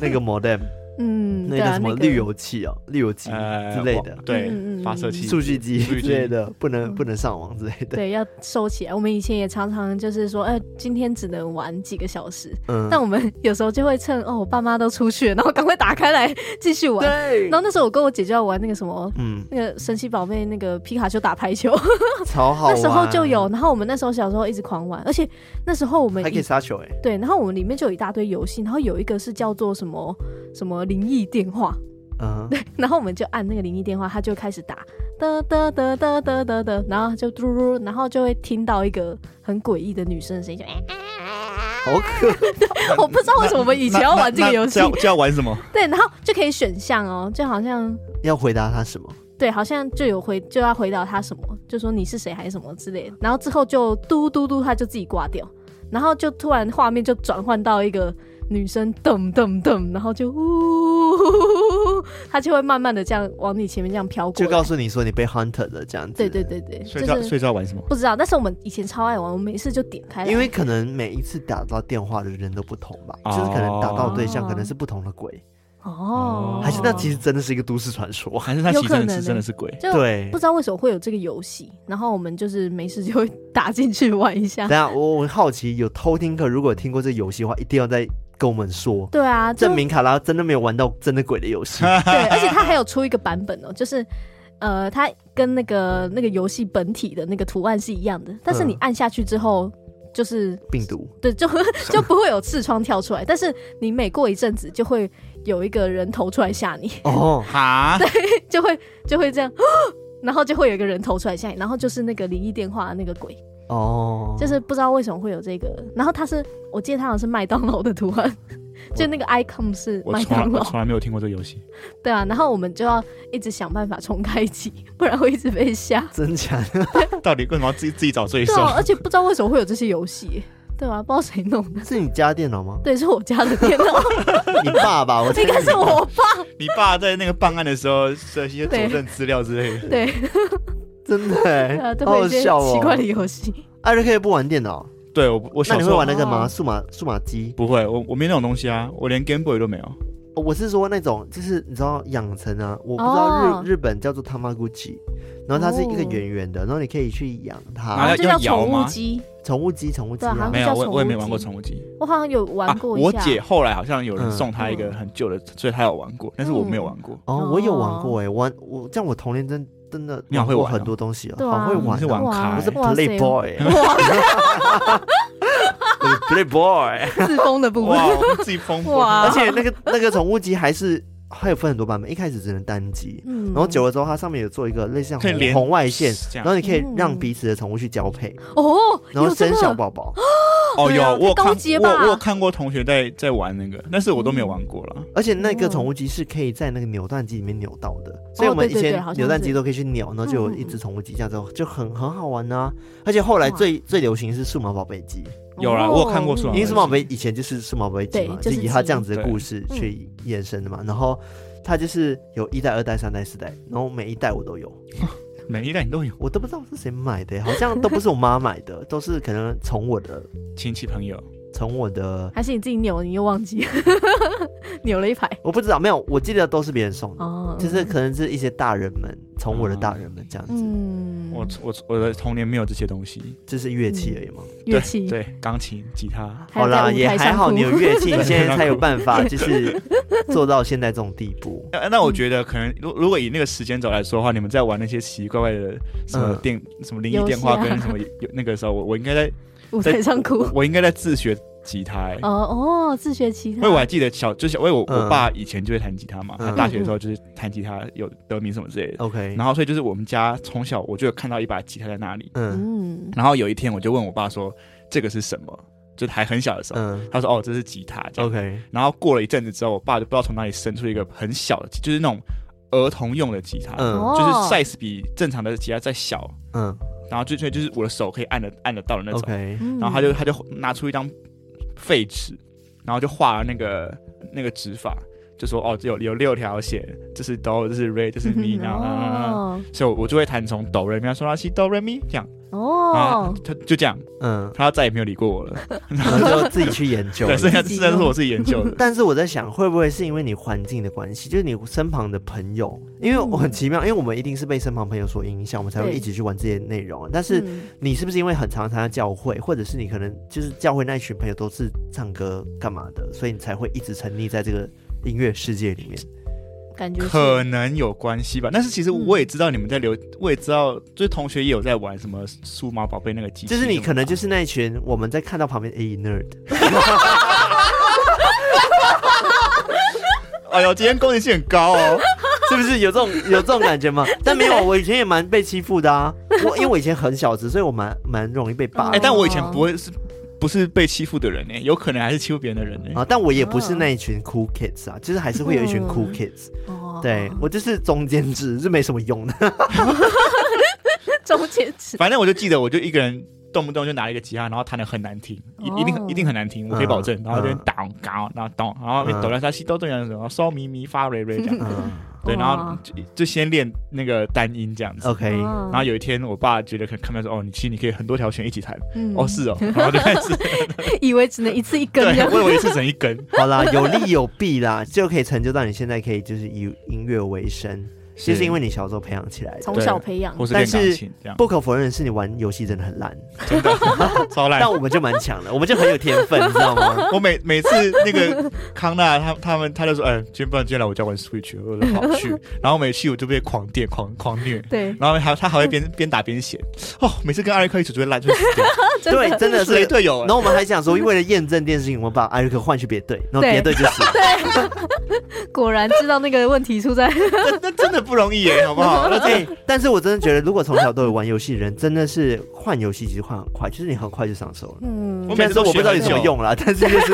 那个 modem，
嗯，
那
对
个
啊
叫什么
个
滤油器哦，滤油机
呃
之类的
我，对
嗯嗯嗯，
发射器、
数据机
数据
之类
机，
的，不能
嗯
不能上网之类的。
对，要收起来。我们以前也常常就是说，哎、今天只能玩几个小时，
嗯，
但我们有时候就会趁哦，我爸妈都出去了，然后赶快打开来继续玩。
对
然，后那时候我跟我姐就要玩那个什么，
嗯，
那个神奇宝贝那个皮卡丘打排球，
超好
那
玩。
时候就有。然后我们那时候小时候一直狂玩，而且那时候我们
还可以
一
杀球哎，
对，然后我们里面就有一大堆游戏，然后有一个是叫做什么什么灵异电话，
嗯，
然后我们就按那个灵异电话，它就开始打，得得得得得得得，然后就嘟嘟，然后就会听到一个很诡异的女生的声音，就、哎
好可
我不知道为什么我们以前要玩这个游戏
那那，那这要这要玩什么？
对，然后就可以选项哦，就好像
要回答他什么？
对，好像就有回就要回答他什么，就说你是谁还是什么之类的，然后之后就嘟嘟嘟，他就自己挂掉，然后就突然画面就转换到一个女生噔噔噔，然后就呜，他就会慢慢的这样往你前面这样飘过
就
来，
告诉你说你被 hunter 了这样子。
对对。对对，
睡觉
就是
睡觉玩什么？
不知道，但是我们以前超爱玩，我们每次就点开来，
因为可能每一次打到电话的人都不同吧，
哦
就是可能打到对象
哦
可能是不同的鬼，
哦，
还是那其实真的是一个都市传说。
还是他其
有
实
可
真的
能
是
呢
真的是鬼？
就
对
不，知道为什么会有这个游戏，然后我们就是没事就会打进去玩一下
等一。下我我好奇，有偷听课如果有听过这游戏的话，一定要再跟我们说，
对啊，就
证明卡拉真的没有玩到真的鬼的游 戏。
对，而且它还有出一个版本哦，就是呃，它跟那个那个游戏本体的那个图案是一样的，但是你
嗯
按下去之后，就是
病 毒
对，就就不会有视窗跳出来，但是你每过一阵子就会有一个人头出来吓你，
哦，
哈，
就会就会这样。 然后就会有一个人头出来吓你，然后就是那个灵异电话的那个鬼，
哦，
就是不知道为什么会有这个。然后它是，我记得它好像是麦当劳的图案， 就那个 icon 是
我
麦
从来
当劳
我。从来没有听过这个游戏，
对啊，然后我们就要一直想办法重开机， 不然会一直被吓。
真假 的？
到底为什么要自己自己找罪
对
受？
啊，而且不知道为什么会有这些游戏，对啊，不知道谁弄的。 ？
是你家电脑吗
对，是我家的电 脑，
你爸爸？我
应该是
哦
我爸。
你爸在那个办案的时候，这些佐
对
证资料之类的，
对，
真的哎、
对啊，都
好
会有
好
一些
笑
奇怪的
哦。
游戏。
艾瑞克也不玩电脑，
对我
那
我小
你
时
会
候
玩那个吗？
哦
数码数码机？
不会，我我没那种东西啊，我连 Game Boy 都没有。
哦我是说那种，就是你知道养成啊，我不知道日、
哦
日本叫做 tamaguchi，然后它是一个
哦
圆圆的，然后你可以去养
啊
然
它
后
要，
就叫
要摇
宠物
吗
机，
宠物鸡，宠物鸡
对啊
啊
好，
没有，
叫
我
宠
我也
物
没玩过
机
宠物机。啊
我好像有玩过一
我
下。
姐后来好像有人
嗯
送她一个很旧的，所以她有玩过，但是
嗯
我没有玩过。
哦，我有玩过哎、玩我像我童年真真的
你好会
过
玩哦
很多东西哦，
对啊，
好会玩、
你是玩
哦，
卡
我是
欸
哇塞
playboy，
哇，
我是 playboy。
自封的部
哇，
分，
我们自己疯过。
嗯哇
而且那个那个宠物机还是还有分很多版本，一开始只能单机，
嗯，
然后久了之后，它上面有做一个类似像
可以
红
连
红外线，
这
然
样
后你可以让
嗯
彼此的宠物去交配，
哦，
然后
有这
生小
个
宝宝。
哦，
对啊
有我有
太
看
高级了
我
吧
我有看过同学在在玩那个，但是我都没有玩过了。
而且那个
嗯
宠物机是可以在那个扭蛋机里面扭到的，所以我们以
哦对对对
前
好像
扭蛋机
是
都可以去扭，然后就有
嗯嗯
一只宠物机，这样之后就很很好玩啊。而且后来
哇
最最流行是数码宝贝机，
有
哦
啦我有看过数码
因为
宝
数码宝贝以前就是数码宝贝机
对嗯
嘛，
就是
以它
机
这样子的
对
故事去延伸的嘛，然后。它就是有一代、二代、三代、四代，然后每一代我都有，
每一代你都有
我都不知道是谁买的，好像都不是我妈买的，都是可能从我 的
亲戚朋友，
从我的
还是你自己扭，你又忘记 扭了一排
我不知道，没有，我记得都是别人送的，
哦，
就是可能是一些大人们，从我的大人们这样子，
嗯，
我我我的童年没有这些东西。
就是乐器而已嘛。
乐器
对，对钢琴、吉他，
嗯还
好
有在
啦，
舞
也
台
还
上
好，
哭
你有乐器，你
对
现在才有
哭
办法，就是做到现在这种地步。
呃那我
嗯
觉得可能，如如果以那个时间轴来说的话，你们在玩那些奇奇怪怪的什么
嗯
电、什么灵
游
异
戏
电话
啊
跟什么有那个时候，我我应该在
舞
在
台上哭
我。我应该在自学吉他、欸。
哦哦，自学其
因
他
为我还记得小，就是因为我、
嗯
我爸以前就会弹吉他嘛，
嗯哦
他大学的时候就是弹吉他有得名什么之类的，
OK，
然后所以就是我们家从小我就有看到一把吉他在那里，
嗯，
嗯，
然后有一天我就问我爸说这个是什么，就还很小的时候。
嗯
他说：“哦，这是吉他。”这样。
，OK，
然后过了一阵子之后，我爸就不知道从哪里生出一个很小的，就是那种儿童用的吉他，
嗯
哦
就是 size 比正常的吉他再小，
嗯
然后就就就是我的手可以按得按得到的那种。
，OK，
嗯
然后他就他就拿出一张废纸，然后就画了那个那个指法，就说哦，这有有六条线，这是哆，这是瑞，这是咪，然后、
哦
啊所以我就会弹从哆瑞咪发嗦拉西哆瑞咪这样，然后
哦，
他就这样，
嗯，
他再也没有理过我了。
然后就自己去研究
对，
了。
剩下
自
剩
己
下都是
用
我自己研究的。
但是我在想，会不会是因为你环境的关系，就是你身旁的朋友，因为我很奇妙，因为我们一定是被身旁朋友所影响，我们才会
嗯对
一起去玩这些内容。啊但是
嗯
你是不是因为很常参加教会，或者是你可能就是教会那一群朋友都是唱歌干嘛的，所以你才会一直沉溺在这个音乐世界里面？
感觉是
可能有关系吧，但是其实
嗯
我也知道你们在留，我也知道，就是同学也有在玩什么数码宝贝那个机器
就
什么
是
的啊，
你可能就是那一群我们在看到旁边 A nerd，
哎呦，今天攻击性很高 哦。
是不是有这种有这种感觉吗？但没有，我以前也蛮被欺负的啊。我因为我以前很小只，所以我蛮蛮容易被霸
哎、
凌
哦
但我以前不会是不是被欺负的人呢、有可能还是欺负别人的欸人呢、
啊。但我也不是那一群 cool kids 啊，就是还是会有一群 cool kids。
哦
对我就是中间值，是没什么用的。
中间值
反正我就记得，我就一个人动不动就拿一个吉他，然后弹的很难听，一
哦
一定一定很难听，我可以保证。
嗯
然后就当当然后咚，然后抖来他西哆哆然后哦嗦咪咪发瑞瑞这样，
嗯
对，然后
哇
就就先练那个单音这样 子。
，OK，
哦
然后有一天，我爸觉得可能看到说，哦，你其实你可以很多条弦一起弹，
嗯
哦，是哦，然后就开始，
以为只能一次一根这
对，
样，
我以为是整一 根，
好啦，有利有弊啦，就可以成就到你现在可以就是以音乐为生，就是因为你小时候培养起来的。
从小培养
或是练
但
钢
是
琴这样，
不可否认的是，你玩游戏真的很烂，
真 的超烂
但。 我们就蛮强的，我们就很有天分，你知道 吗？
我每每次那个康纳他他们他就说，哎，今天不然今天来我家玩 Switch，我说好去，然后每去我就被狂电狂狂虐，
对，
然后还他还会边边打边写，哦，每次跟艾瑞克一起就会烂，就会死 掉，
对，真的
是雷
是。
队友
然，后我们还想说，为了验证这件事情，我们把艾瑞克换去别队，然后别队就死了。
果然知道那个问题出在
那那真的不容易耶，好不好？那这
哎，但是我真的觉得，如果从小都有玩游戏的人，真的是换游戏其实换很快，就是你很快就上手了。
嗯
虽
我，每
然
次
说
都
我不知道有什么
学很久
用啦，但是就是，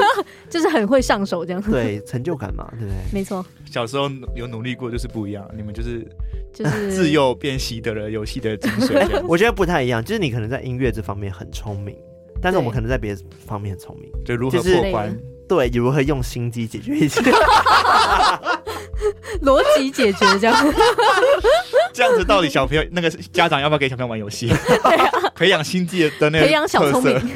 就是很会上手这样
对成就感嘛，对不对？
没错，
小时候有努力过就是不一样，你们就是
就是
啊自幼便习得了游戏的精髓 这样，
我觉得不太一样，就是你可能在音乐这方面很聪明，但是我们
对
可能在别的方面很聪明。
就如何
就是
破关。
对，你如何用心机解决一切？
逻辑解决这样，
这样子到底小朋友那个家长要不要给小朋友玩 游戏？培养心计的那个
培养小聪
特色。
明，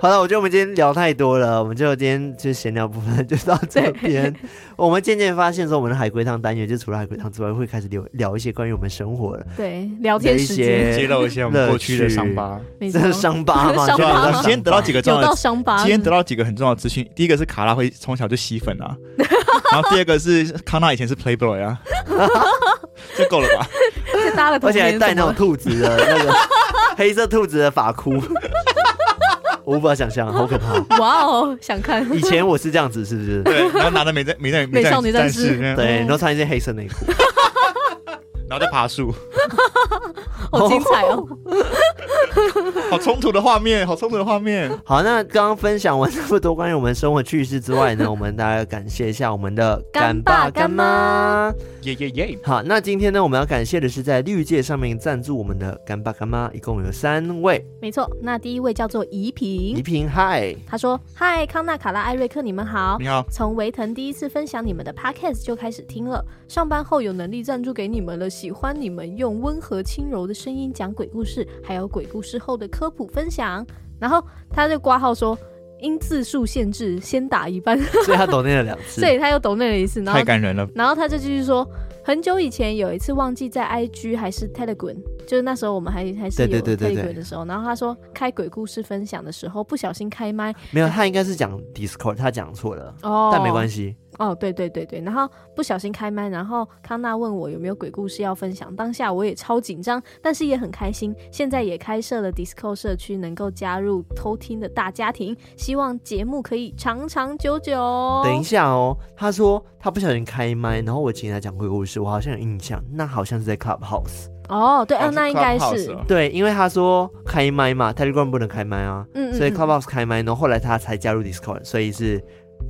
好了，我觉得我们今天聊太多了，我们就今天就闲聊部分就到这边。我们渐渐发现说，我们的海龟汤单元就除了海龟汤之外，会开始聊聊一些关于我们生活的
对，聊天时间，
揭露一些我们过去的 伤疤，
没错
这，是伤 疤嘛，
伤
就
疤
是聊
吗
啊你今天得到几个重
有
要
到
的，
伤疤，
今天得到几个很重要的资讯。第一个是卡拉会从小就吸粉 啊，然后第二个是康纳以前是 Playboy 啊，这够了吧？
这搭了童
而且还
年
戴
什
那种
么？
兔子 的那个黑色兔子的发箍， 我无法想象，好可怕。
哇哦，想看
以前我是这样子，是不是？
对，然后拿着美战美战
美少女
战
战士
这样
对，然后穿一件黑色内裤。
然后再爬树，
好精彩哦，
好冲突的画面，好冲突的画面。
好，那刚刚分享完这么多关于我们生活趣事之外 呢，我们大家感谢一下我们的
干爸干妈。
耶耶耶！
好，那今天呢，我们要感谢的是在绿界上面赞助我们的干爸干妈，一共有三位。
没错。那第一位叫做怡
怡
萍，
萍，嗨，
她说：“嗨，康纳、卡拉、艾瑞克，你们好。
你好，
从维腾第一次分享你们的 podcast 就开始听了，上班后有能力赞助给你们了，喜欢你们用温和轻柔的声音讲鬼故事，还有鬼故事后的科普分享。然后他就挂号说，因字数限制，先打一半，
所以他抖内了两次
所。以他又抖那了一次，然后
太感人了。
然后他就继续说，很久以前有一次忘记在 IG 还是 Telegram，就是那时候我们还还是有
对对对对对
Telegram 的时候，然后他说开鬼故事分享的时候不小心开麦，
没有，他应该是讲 Discord，他讲错了，
哦
但没
系，
关系。
哦，对对对对，然后不小心开麦，然后康纳问我有没有鬼故事要分享，当下我也超紧张，但是也很开心。现在也开设了 Disco 社区，能够加入偷听的大家庭，希望节目可以长长久久。
等一下哦，他说他不小心开麦，然后我请他讲鬼故事，我好像有印象，那好像是在 Clubhouse。
哦，对，
哦
哦，那应该
哎
Clubhouse
是，
哦
对，因为他说开麦嘛，Telegram 不能开麦啊，
嗯嗯，
所以
嗯
Clubhouse 开麦，然后后来他才加入 Discord，所以是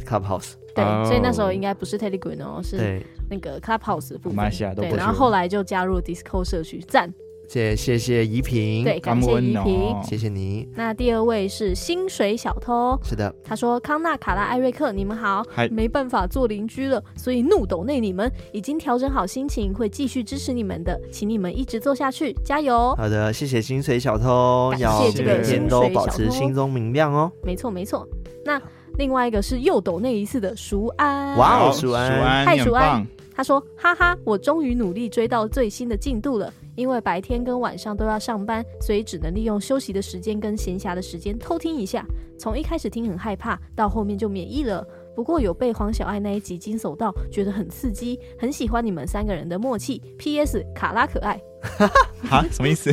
Clubhouse。
对
哦，
所以那时候应该不是 Telegram 哦，是
对，
那个 Clubhouse 的部分。
马来西亚都
对，
不
然后后来就加入 Disco 社区，赞，
谢谢谢怡平，
对，感谢怡平。
谢谢你。
那第二位是薪水小偷，
是的，
他说：“康纳、卡拉、艾瑞克，你们好
嗨，
没办法做邻居了，所以怒抖内你们已经调整好心情，会继续支持你们的，请你们一直做下去，加油！
好的，谢谢薪水小偷，
感谢
要
这个
每天
薪
都
水
保
小
持
偷
心中明亮哦。
没错，没错。那另外一个是又抖内一次的熟安，
哇哦
好，
淑
蜀
安
安，
嗨
你很
蜀安
棒，
他说：“哈哈，我终于努力追到最新的进度了，因为白天跟晚上都要上班，所以只能利用休息的时间跟闲暇的时间偷听一下。从一开始听很害怕，到后面就免疫了。不过有被黄小爱那一集惊悚到，觉得很刺激，很喜欢你们三个人的默契。P.S. 卡拉 可爱，
啊，什么意思？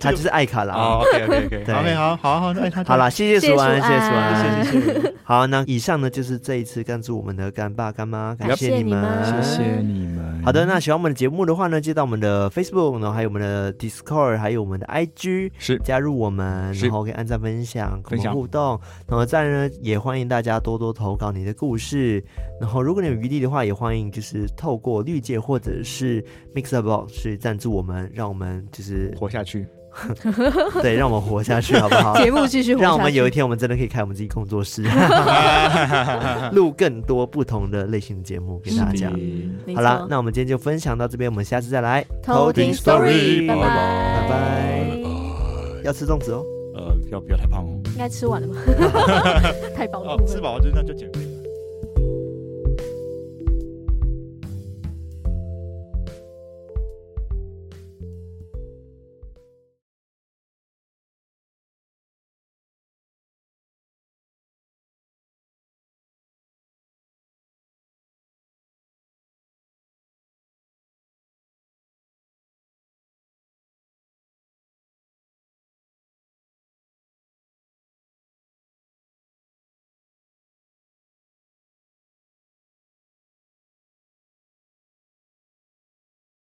他就是爱卡拉。
哦，OK OK OK，
对
好，OK，好好好，那他
好，啦，谢谢
谢
淑
淑
安，谢谢淑安，
安
谢谢谢谢。好，那以上呢就是这一次赞助我们的干爸干妈，感
感谢
你
你们
谢谢你们。
好的，，那喜欢我们的节目的话呢，记得到我们的 Facebook，然后还有我们的 Discord，还有我们的 IG，
是
加入我们，
是
然后可以按赞分享，跟
分
我们
享
互动。然后再呢，也欢迎大家多多投稿你的故事。然后如果你有余力的话，也欢迎就是透过绿界或者是 Mixer Box 去赞助我们，让我们 就是
活下去，
对，让我们活下去，好不 好？
节目继续活下去。
让我们有一天，我们真的可以开我们自己工作室，录更多不同的类型的节目给大家。
嗯没
好啦
错，
那我们今天就分享到这边，我们下次再来
偷听
story，
拜拜
拜拜，要吃粽子哦。
呃，不要不要太胖哦。
应该吃完了吧？太饱了
哦，
部分。
吃饱就那就减肥。